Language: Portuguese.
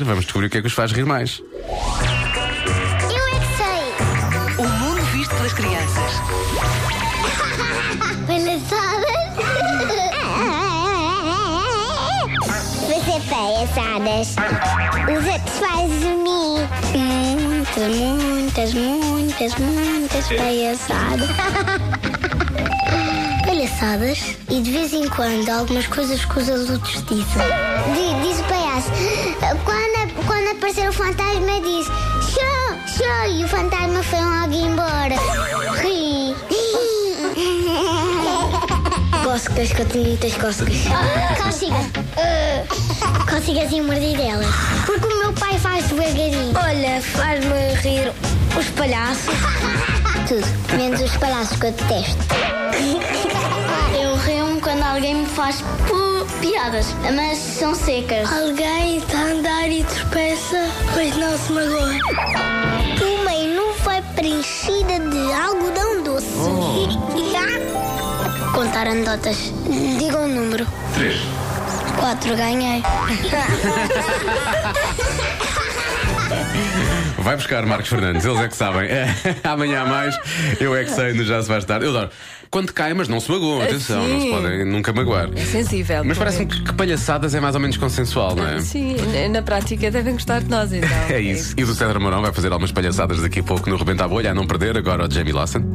Vamos descobrir o que é que os faz rir mais. Eu é que sei! O mundo visto pelas crianças. Palhaçadas! Você palhaçadas! Os outros fazem de mim! Muitas, muitas, muitas, muitas palhaçadas! Palhaçadas? E de vez em quando algumas coisas que os adultos dizem. Diz o palhaço. Quando, quando apareceu o fantasma diz show, show! E o fantasma foi logo embora. Ri. Cócegas, que eu tenho muitas cócegas. Cócegas. Cócegas e mordidelas. Porque o meu pai faz devagarinho. Olha, faz-me rir os palhaços. Tudo, menos os palhaços que eu detesto. Eu rio quando alguém me faz piadas, mas são secas. Alguém está a andar e tropeça, pois não se magoa. Uma nuvem preenchida de algodão doce. Contar anedotas. Diga um número. Três. Quatro, ganhei. Vai buscar Marcos Fernandes, eles é que sabem. É, amanhã há mais, eu é que sei, no já se vai estar. Eu adoro. Quando cai, mas não se magoam, atenção, sim. não se podem nunca magoar. Sensível. Mas pelo parece-me que, que palhaçadas é mais ou menos consensual, não é? menos. Sim, na- na prática devem gostar de nós então. É isso. E do César Mourão vai fazer algumas palhaçadas daqui a pouco no Rebenta a Bolha, a não perder agora o Jamie Lawson.